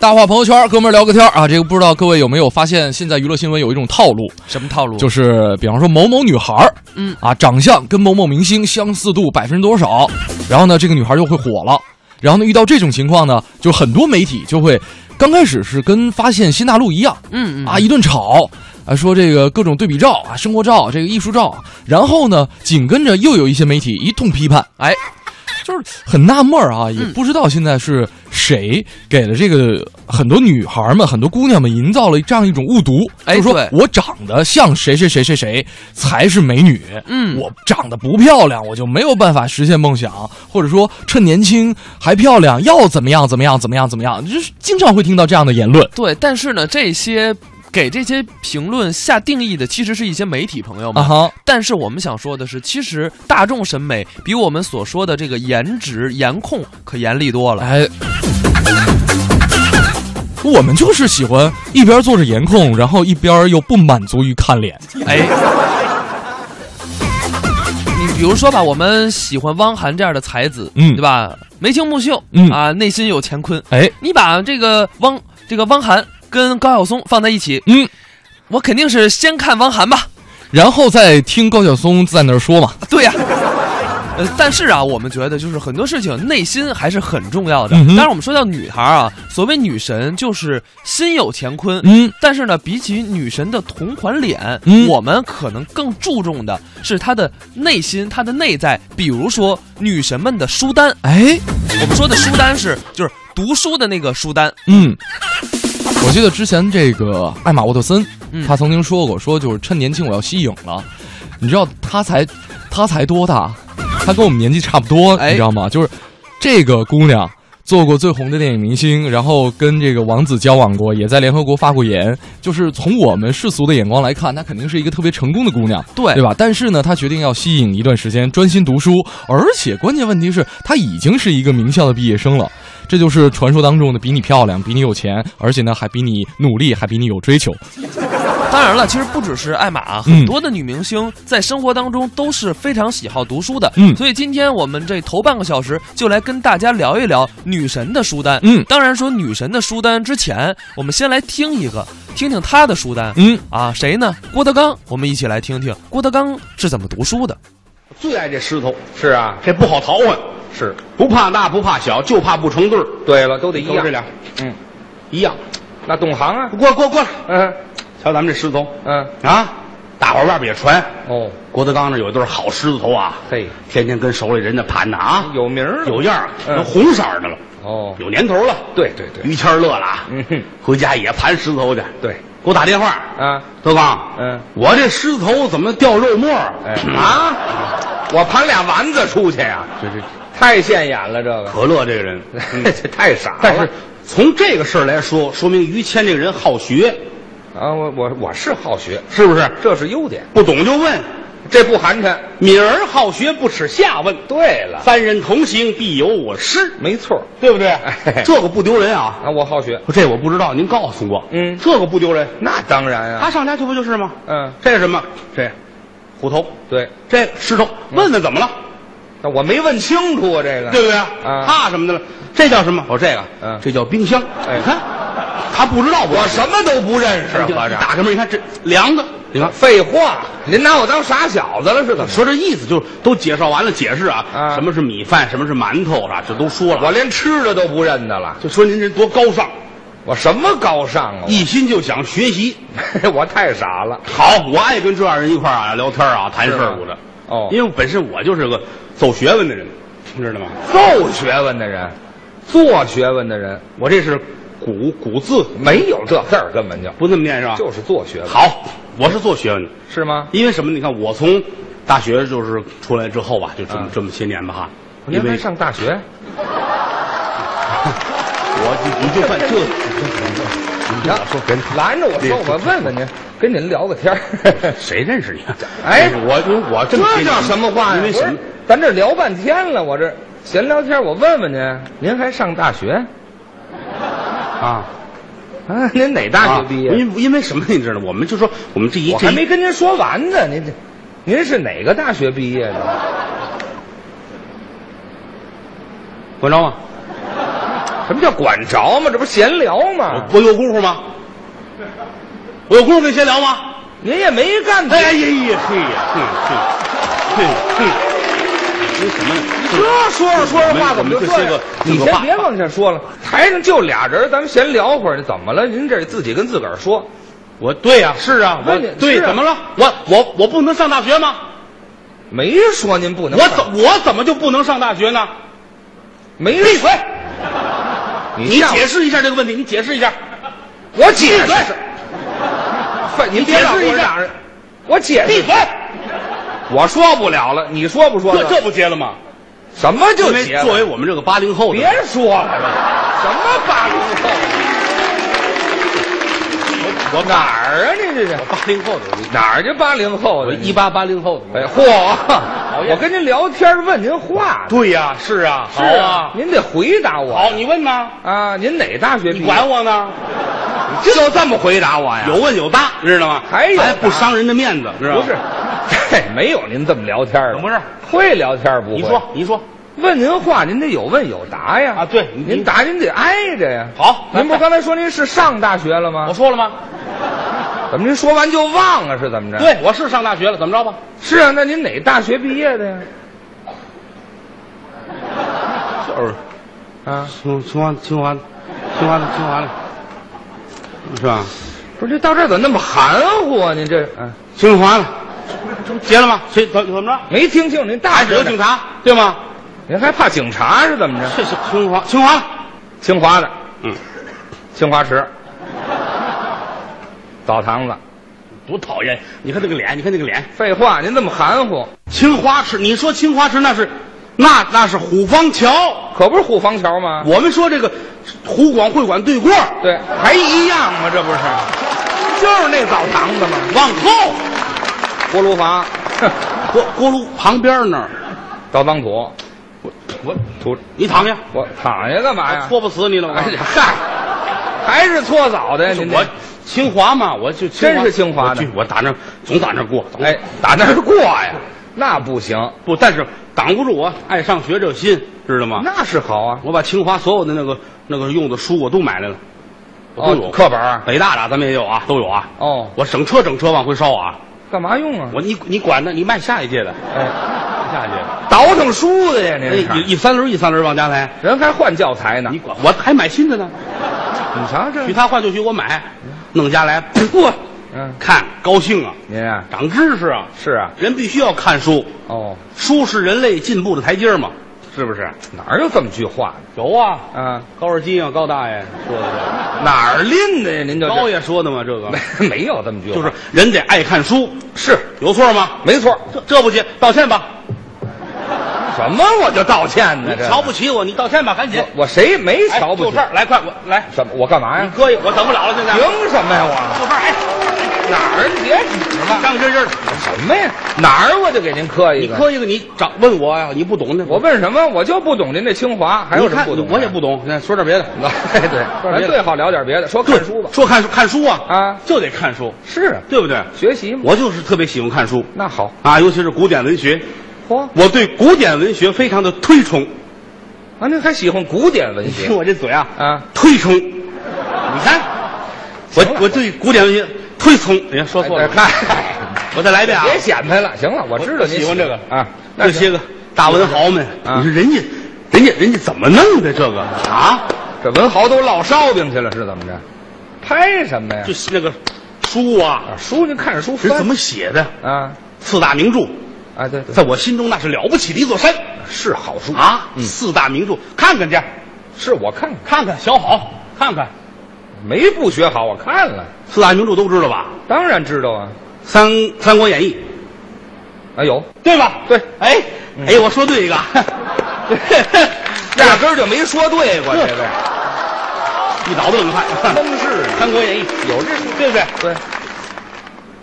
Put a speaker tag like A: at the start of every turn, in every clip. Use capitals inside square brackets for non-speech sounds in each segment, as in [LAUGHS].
A: 大话朋友圈，哥们儿聊个天儿啊！这个不知道各位有没有发现，现在娱乐新闻有一种套路，
B: 什么套路？
A: 就是比方说某某女孩儿，
B: 哦嗯
A: 啊，长相跟某某明星相似度百分之多少，然后呢，这个女孩儿就会火了。然后呢，遇到这种情况呢，就很多媒体就会刚开始是跟发现新大陆一样
B: 嗯
A: 啊，一顿吵啊，说这个各种对比照啊、生活照、这个艺术照，然后呢，紧跟着又有一些媒体一通批判，哎。就是很纳闷儿啊，也
B: 嗯
A: 不知道现在是谁给了这个很多女孩儿们、很多姑娘们营造了这样一种误读，
B: 哎
A: 就是说
B: 对
A: 我长得像谁谁谁谁谁才是美女，
B: 嗯
A: 我长得不漂亮，我就没有办法实现梦想，或者说趁年轻还漂亮，要怎么样怎么样怎么样怎么样，就是经常会听到这样的言论
B: 对，但是呢，这些给这些评论下定义的，其实是一些媒体朋友们。
A: 啊哈，
B: 但是我们想说的是，其实大众审美比我们所说的这个颜值、颜控可严厉多了。
A: 哎。我们就是喜欢一边做着颜控，然后一边又不满足于看脸。
B: 哎，你比如说吧，我们喜欢汪涵这样的才子，
A: 嗯
B: 对吧？眉清目秀，
A: 嗯
B: 啊，内心有乾坤。
A: 哎，
B: 你把这个汪这个汪涵跟高晓松放在一起，
A: 嗯，
B: 我肯定是先看汪涵吧。
A: 然后再听高晓松在那儿说嘛，
B: [LAUGHS] 对呀、呃，但是啊，我们觉得就是很多事情内心还是很重要的。
A: 嗯哼
B: 当然，我们说到女孩啊，所谓女神就是心有乾坤。
A: 嗯，
B: 但是呢，比起女神的同款脸，
A: 嗯
B: 我们可能更注重的是她的内心、她的内在。比如说，女神们的书单，
A: 哎，
B: 我们说的书单是就是读书的那个书单。 [LAUGHS]
A: 嗯，我记得之前这个艾玛沃特森，
B: 嗯
A: 他曾经说过，说就是趁年轻我要吸影了，你知道他才他才多大，他跟我们年纪差不多，
B: 哎
A: 你知道吗？就是这个姑娘。做过最红的电影明星，然后跟这个王子交往过，也在联合国发过言。就是从我们世俗的眼光来看，她肯定是一个特别成功的姑娘。
B: 对
A: 对吧？但是呢，他决定要吸引一段时间，专心读书，而且关键问题是，他已经是一个名校的毕业生了。这就是传说当中的比你漂亮、比你有钱，而且呢还比你努力，还比你有追求。
B: 当然了，其实不只是艾玛啊，
A: 嗯
B: 很多的女明星在生活当中都是非常喜好读书的。
A: 嗯
B: 所以今天我们这头半个小时就来跟大家聊一聊女神的书单。
A: 嗯
B: 当然说女神的书单之前，我们先来听一个，听听她的书单。
A: 嗯，
B: 啊，谁呢？郭德纲，我们一起来听听郭德纲是怎么读书的。
C: 最爱这石头，
D: 是啊，
C: 这不好淘换，
D: 是。
C: 不怕大不怕小，就怕不成对儿。
D: 对了，都得一
C: 都
D: 样。
C: 这俩，
D: 嗯，
C: 一样。
D: 那懂行啊。
C: 过过过来，
D: 嗯
C: 瞧咱们这狮子头
D: 嗯，
C: 啊，大伙儿外边也传。
D: 哦，
C: 郭德纲那有一对好狮子头啊，
D: 嘿，
C: 天天跟手里人家盘呢啊，
D: 有名儿了
C: 有样儿，
D: 嗯
C: 都红色儿的了，
D: 哦，
C: 有年头了。
D: 对对对
C: 于谦儿乐了啊，
D: 嗯哼
C: 回家也盘狮子头去。
D: 对，
C: 给我打电话
D: 啊，
C: 德纲，
D: 嗯，
C: 我这狮子头怎么掉肉沫儿？
D: 哎
C: 啊，我盘俩丸子出去啊呀、
D: 这这太现眼了，这个，
C: 可乐这个 [LAUGHS] 人
D: 这太傻了
C: 但是从这个事儿来说，说明于谦这个人好学，
D: 啊，我我我是好学，
C: 是不是？
D: 这是优点，
C: 不懂就问。
D: 这不寒碜。
C: 敏儿好学，不耻下问。
D: 对了，
C: 三人同行，必有我师，
D: 没错
C: 对不对
D: [LAUGHS] 哎？
C: 这个不丢人啊。
D: 啊，我好学。
C: 这我不知道，您告诉我。
D: 嗯
C: 这个不丢人。
D: 那当然
C: 他
D: 啊，
C: 上家去不就是吗？
D: 嗯，
C: 这是什么？
D: 这
C: 虎头，
D: 对，
C: 这石头，
D: 嗯
C: 问问怎么了，
D: 那我没问清楚啊，这个
C: 对不对？
D: 啊
C: 怕什么的了？这叫什么？我这个，
D: 嗯
C: 这叫冰箱。
D: 哎
C: 你看，他不知道哎我
D: 我什么都不认识，合着
C: 打开门一看，这凉的，你看。
D: 废话，您拿我当傻小子了是怎么？
C: 说这意思就是都介绍完了，解释啊，
D: 啊
C: 什么是米饭，什么是馒头啊，这都说了。
D: 我连吃的都不认得了，
C: 就说您这多高尚，
D: 我什么高尚啊？
C: 一心就想学习。
D: [LAUGHS] 我我太傻了。
C: 好，我爱跟这样人一块儿啊聊天啊，谈事儿
D: 是
C: 务
D: 吗
C: 的。
D: 哦
C: 因为本身我就是个走学问的人，你知道吗？
D: 奏学问的人，做学问的人，
C: 我这是古古字，
D: 没有这字儿，根本就
C: 不这么念是吧？
D: 就是做学问，
C: 好，我是做学问的，
D: 是吗？
C: 因为什么？你看我从大学就是出来之后吧，就这么、
D: 啊
C: 这么些年吧哈。
D: 您
C: 因为
D: 没上大学，
C: 我你就 [LAUGHS] 算这，你
D: 你
C: 就我说跟。
D: 拦着我说，我问问您，跟您聊个天儿
C: 谁认识你啊？
D: 哎
C: 我因为我这
D: [LAUGHS] 这
C: 么些年
D: 叫什么话
C: 因
D: 呀？
C: 为
D: 不是
C: 什么？
D: 咱这聊半天了，我这闲聊天，我问问您，您还上大学
C: 啊？
D: 啊？您哪大学毕业？
C: 啊因为因为什么你知道吗？我们就说我们这一
D: 我
C: 这
D: 还
C: 一
D: 没跟您说完呢，您这您是哪个大学毕业的？
C: 管着吗？
D: 什么叫管着吗？这不是闲聊
C: 我
D: 吗？
C: 我有功夫吗？我有功夫跟你闲聊吗？
D: 您也没干
C: 哎呀呀，嘿呀，嘿嘿嘿嘿，你什么呢？
D: 这说着说着话怎么就这
C: 我们这些
D: 样
C: 个？
D: 你
C: 这个
D: 先
C: 话
D: 别往下说了，台上就俩人，咱们闲聊会儿。怎么了？您这自己跟自个儿说，
C: 我对呀、是啊，我
D: 对你
C: 对，
D: 是啊
C: 怎么了？我我我不能上大学吗？
D: 没说您不能
C: 我
D: 干
C: 怎我怎么就不能上大学呢？
D: 没闭
C: [LAUGHS]
D: 嘴？
C: 你
D: 像
C: 解释一下这个问题，你解释一下。
D: 我解释
C: 闭嘴，
D: 分您别
C: 解
D: 让
C: 释一
D: 我
C: 下
D: 俩人，我解
C: 闭
D: 释，
C: 嘴，
D: 我说不了了，你说不说呢？
C: 这这不结了吗？
D: 什么就
C: 因为
D: 结了
C: 作为我们这个八零后的，
D: 别说了，什么八零后？
C: 我
D: 哪儿啊？你这是
C: 八零后的，
D: 哪儿就八零后
C: 我
D: 的？
C: 一八八零后
D: 哎
C: 的。
D: 嚯！我跟您聊天问您话呢，
C: 对呀、是啊，
D: 是
C: 好啊，
D: 您得回答我
C: 好，你问呢？
D: 啊！您哪大学毕
C: 你
D: 业？
C: 管我呢？
D: 就这么回答我呀？
C: 有问有答，知道吗？
D: 还有答
C: 还不伤人的面子，知道
D: 不
C: 吗？
D: 是？ [LAUGHS] 嘿，没有您这么聊天的，
C: 怎么是？
D: 会聊天不会？
C: 你说，你说，
D: 问您话，您得有问有答呀。
C: 啊对你
D: 您答您得挨着呀。
C: 好
D: 您不是刚才说您是上大学了吗
C: 我？说了吗？
D: 怎么您说完就忘了是怎么着？，
C: 对，我是上大学了，怎么着吧？
D: 是啊，那您哪大学毕业的呀？
C: 就是
D: 啊，
C: 清清华清华清华的清华的，是吧？
D: 不是，这到这儿怎么那么含糊啊？您这啊，
C: 清华的，这不结了吗？谁怎怎么着？
D: 没听清您大学
C: 有
D: 的
C: 警，察对吗？
D: 您还怕警察是怎么着？
C: 这是清华清华的，
D: 清华的，
C: 嗯，
D: 清华池，澡堂子。
C: 多讨厌！你看那个脸，你看那个脸，
D: 废话，您这么含糊，
C: 清华池，你说清华池那是，那那是虎坊桥。
D: 可不是虎坊桥吗？
C: 我们说这个湖广会馆对过，
D: 对
C: 还一样吗？这不是
D: 就是那澡堂子嘛，
C: 往后
D: 锅炉房，哼
C: 锅锅炉旁边那儿，
D: 倒脏土，
C: 我
D: 土
C: 你躺下，
D: 我躺下干嘛呀？
C: 搓不死你了。我告诉
D: 哎
C: 你
D: 呀，嗨，还是搓澡的呀？您这
C: 我清华嘛，我就清华
D: 真是清华的
C: 我去我打那总打那过，总
D: 哎，打那儿过呀？那不行，
C: 不，但是挡不住我爱上学这心，知道吗？
D: 那是好啊。
C: 我把清华所有的那个那个用的书我都买来了，我都有、
D: 哦，课本儿
C: 北大的咱们也有啊，都有啊。
D: 哦，
C: 我整车整车往回烧啊！
D: 干嘛用啊？
C: 我你你管呢？你卖下一届的，
D: 哎，
C: 下一届的，
D: 倒腾书哎的呀，您
C: 那
D: 是
C: 一一三轮一三轮往家抬，
D: 人还换教材呢。
C: 你管我还买新的呢，
D: 你瞧这
C: 许，他换就许我买，弄家来，噗，
D: 嗯，
C: 看高兴啊，
D: 您啊，
C: 长知识啊，
D: 是啊，
C: 人必须要看书，
D: 哦，
C: 书是人类进步的台阶嘛，是不是？
D: 哪儿有这么句话呢？
C: 有啊， [LAUGHS]
D: 啊，
C: 高尔基啊，高大爷说的
D: [LAUGHS] 哪儿拎的呀？您
C: 这
D: 就
C: 个，
D: 这
C: 高爷说的嘛，这个
D: 没没有这么句话，
C: 就是人得爱看书，是有错吗？
D: 没错。
C: 这这不行，道歉吧，
D: 什么我就道歉
C: 你
D: 呢？哎这
C: 瞧不起我，你道歉吧，赶紧。
D: 我我谁没
C: 哎
D: 瞧不
C: 就
D: 起哎
C: 这？儿来，快我来，
D: 什么？我干嘛
C: 你
D: 呀？
C: 哥我等不了了，现在
D: 凭什么呀？我
C: 就这儿，哎，
D: 哪儿？你别指了，
C: 张真真的，
D: 什么呀？哪儿我就给您磕一
C: 你
D: 个。
C: 磕一个，你长问我呀，你不懂的，
D: 我问什么？我就不懂您这清华，还有
C: 你
D: 什么
C: 看
D: 不懂的？
C: 我也不懂，那说点别的，
D: [LAUGHS] 哎，对，咱最好聊点别的，说看书吧。
C: 说看书，看书啊，
D: 啊
C: 就得看书，
D: 是啊，
C: 对不对？
D: 学习嘛。
C: 我就是特别喜欢看书
D: 那好，
C: 啊，尤其是古典文学，
D: 嚯，
C: 我对古典文学非常的推崇。
D: 啊，您还喜欢古典文
C: 听
D: 学
C: 我这嘴啊，
D: 啊？
C: 推崇，你看，
D: 行
C: 我
D: 了
C: 我对古典文学推崇，哎呀，说错了，
D: 哎嗨，
C: 我再来一遍啊，
D: 别显摆了，行了，我知道您
C: 喜欢这个
D: 啊。
C: 这些
D: 个
C: 个大文豪们，
D: 啊
C: 你说人家，人家，人家怎么弄的这个啊？
D: 这文豪都烙烧饼去了，是怎么着？拍什么呀？
C: 就是那个书啊
D: 啊，书您看着书
C: 人
D: 翻
C: 怎么写的？
D: 啊？
C: 四大名著，
D: 啊，对对，
C: 在我心中那是了不起的一座山
D: 是好书
C: 啊！
D: 嗯，
C: 四大名著，看看去，
D: 是我看看，
C: 看看小好，看看
D: 没不学好，我看了，
C: 四大名著都知道吧？
D: 当然知道啊。
C: 《三三国演义》
D: 啊，有，
C: 对吧？
D: 对，嗯
C: 哎，哎，我说对一个，
D: [LAUGHS] 压根儿就没说对
C: [LAUGHS]
D: 过，这位
C: 一脑子冷汗，
D: 真
C: 《
D: 是的
C: 三国演义》
D: 有这
C: 对不对？
D: 对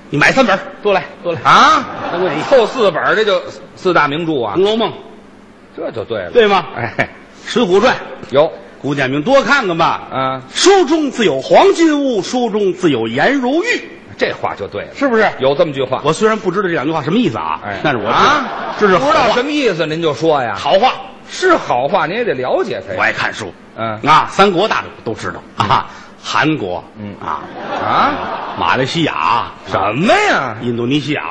C: 你买三本儿，多来多来，《
D: 啊，
C: 三国演义》
D: 凑四本儿这就四大名著啊
C: 红，楼梦》，
D: 这就对了。
C: 嗯对吗？
D: 哎，
C: 《水浒传》
D: 有
C: 古典名多看看吧。
D: 啊，
C: 书中自有黄金屋，书中自有颜如玉，
D: 这话就对了，
C: 是不是？
D: 有这么句话，
C: 我虽然不知道这两句话什么意思啊，
D: 哎，
C: 但是我
D: 啊，
C: 知道这是
D: 不知
C: 好
D: 道
C: 话
D: 什么意思，您就说呀，
C: 好话。
D: 是好话，您也得了解才
C: 我爱看书，
D: 嗯
C: 啊，三国大家都知道啊，韩国，
D: 嗯
C: 啊，
D: 啊，
C: 马来西亚，
D: 什么呀？
C: 印度尼西亚，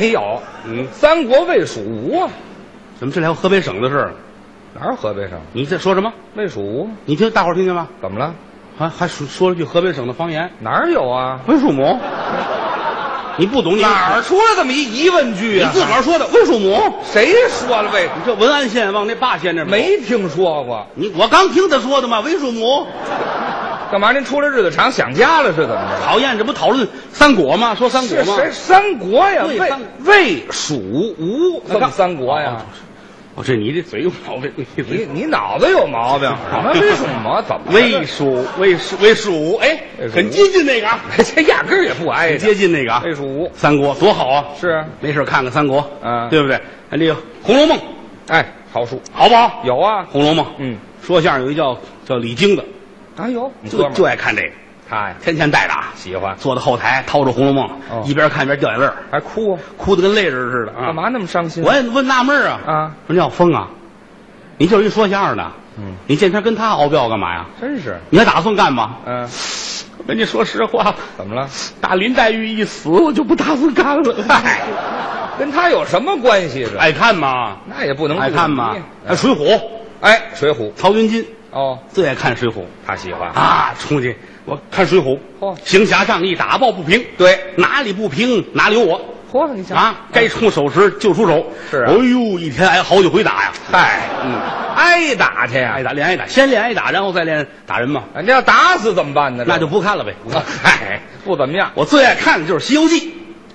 D: 没有，
C: 嗯，
D: 啊三国魏蜀吴啊，
C: 怎么这里还有河北省的事儿？
D: 哪有河北省？
C: 你在说什么？
D: 魏蜀吴
C: 你听大伙儿听见吗？
D: 怎么了？
C: 还还说说了句河北省的方言，
D: 哪儿有啊？
C: 啊魏树母，你不懂你
D: 出来这么一疑问句啊
C: 你自个儿说的魏树母，
D: 谁说了魏？
C: 你这文安县往那霸县那儿跑
D: 没听说过，
C: 你我刚听他说的嘛，魏树母
D: 干嘛您出来日子长想家了是怎么着？
C: 讨厌，这不讨论三国吗？说三国
D: 是
C: 吗？
D: 谁三国呀？
C: 对
D: 魏
C: 三
D: 魏蜀吴怎么三国呀？
C: 我哦这你这嘴有毛病，你
D: 你你脑子有毛病？什么魏蜀吴怎么了
C: 魏蜀魏蜀魏蜀吴，哎
D: 魏，蜀
C: 很接近那个啊，
D: 这压根儿也不挨
C: 很
D: 着
C: 接。近那个啊，
D: 魏蜀吴
C: 三国多好啊！
D: 是啊，
C: 没事看看三国，
D: 嗯
C: 对不对？哎，这个《红楼梦》
D: 哎，好书
C: 好不好？
D: 有啊，
C: 《红楼梦》，
D: 嗯，
C: 说相声有一叫叫李菁的，
D: 啊有，你
C: 就
D: 哥们
C: 就
D: 儿
C: 爱看这个，
D: 他呀
C: 天天带着啊，
D: 喜欢，
C: 坐在后台掏着《红楼梦》
D: 哦
C: 一边看一边掉眼泪儿
D: 还哭啊？
C: 哭得跟泪人儿似的啊！
D: 干嘛那么伤心？
C: 我也问纳闷儿啊，
D: 啊，
C: 说廖峰啊，你就是一说相声的，
D: 嗯，
C: 你见天跟他熬标干嘛呀？
D: 真是，
C: 你还打算干嘛？
D: 嗯，
C: 跟你说实话，
D: 怎么了？
C: 打林黛玉一死，我就不打算干了。哎，
D: 跟他有什么关系？这
C: 爱看吗？
D: 那也不能
C: 哎爱看吗？哎，《
D: 哎
C: 水浒》，
D: 哎，水浒
C: 曹云金
D: 哦，
C: 最爱看《水浒》
D: 他喜欢。
C: 啊，出去我看《水浒》
D: 嚯
C: 行侠仗义，打抱不平，
D: 对，
C: 哪里不平哪里有我
D: 嚯，你
C: 啊！该出手时就出手。
D: 是啊
C: 哎呦，一天挨好几回打呀！
D: 嗨，
C: 嗯，
D: 挨打去呀
C: 挨？打练啊挨打，先练挨打，然后再练打人嘛，
D: 人家要打死怎么办呢？这哎
C: 那
D: [LAUGHS]
C: 就不看了呗。 [LAUGHS] 嗨，
D: 不怎么样。
C: 我最爱看的就是《西游记》，《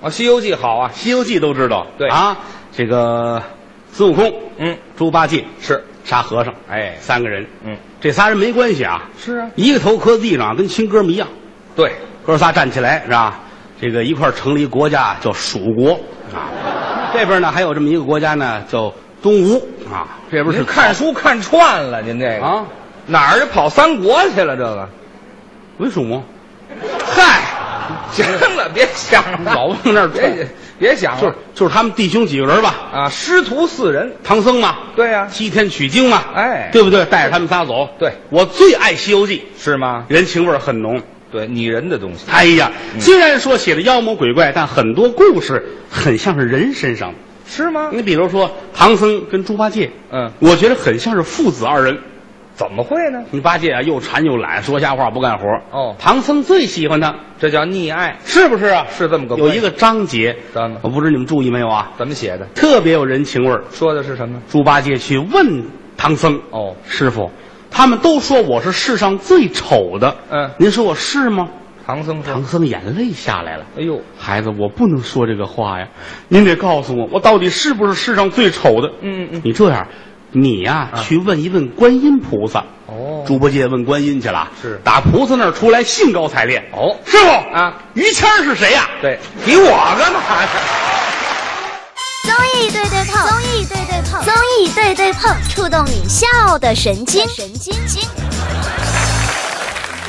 D: 哦，《西游记》好啊，
C: 西游记》都知道，
D: 对
C: 啊，这个孙悟空、
D: 嗯，
C: 猪八戒、
D: 是，
C: 沙和尚，
D: 哎，
C: 三个人，
D: 嗯，
C: 这仨人没关系啊，
D: 是啊，
C: 一个头磕地上，跟亲哥们一样，
D: 对，
C: 哥仨站起来是吧？这个一块儿成立国家叫蜀国啊，这边呢还有这么一个国家呢叫东吴啊，这边是
D: 您看书看串了，您这个
C: 啊，
D: 哪儿跑三国去了？这个，
C: 为什么？
D: [LAUGHS] 嗨，行了，别想
C: [LAUGHS]
D: 了，
C: 老往那儿转
D: [LAUGHS] 别别想
C: 就是
D: 了
C: 就是他们弟兄几个人吧，
D: 哎啊，师徒四人，
C: 唐僧嘛，
D: 对呀，
C: 西天取经嘛，
D: 哎
C: 对不对？带着他们仨走。
D: 对，
C: 我最爱《西游记
D: 是吗》，？
C: 人情味儿很浓。
D: 对，拟人的东西，
C: 哎呀，
D: 嗯
C: 虽然说写的妖魔鬼怪，但很多故事很像是人身上的。
D: 是吗？
C: 你比如说唐僧跟猪八戒，
D: 嗯，
C: 我觉得很像是父子二人。
D: 怎么会呢？
C: 猪八戒啊，又馋又懒，说瞎话不干活。
D: 哦
C: 唐僧最喜欢他，
D: 这叫溺爱，
C: 是不是啊？
D: 是这么个
C: 有
D: 关系
C: 一个章节
D: 章呢，
C: 我不知你们注意没有啊？
D: 怎么写的？
C: 特别有人情味儿。
D: 说的是什么？
C: 猪八戒去问唐僧，
D: 哦，
C: 师傅，他们都说我是世上最丑的，
D: 嗯
C: 您说我是吗？
D: 唐僧说
C: 唐，僧眼泪下来了，
D: 哎呦，
C: 孩子，我不能说这个话呀，您得告诉我，我到底是不是世上最丑的？
D: 嗯嗯嗯
C: 你这样，你呀、
D: 啊
C: 去问一问观音菩萨。
D: 哦
C: 猪八戒问观音去了，
D: 是
C: 打菩萨那儿出来，兴高采烈。
D: 哦
C: 师傅
D: 啊，
C: 于谦儿是谁呀、
D: 对，比我干嘛呀？
E: 综艺对对碰，综艺对对碰，综艺对对碰，触动你笑的神经，神经经。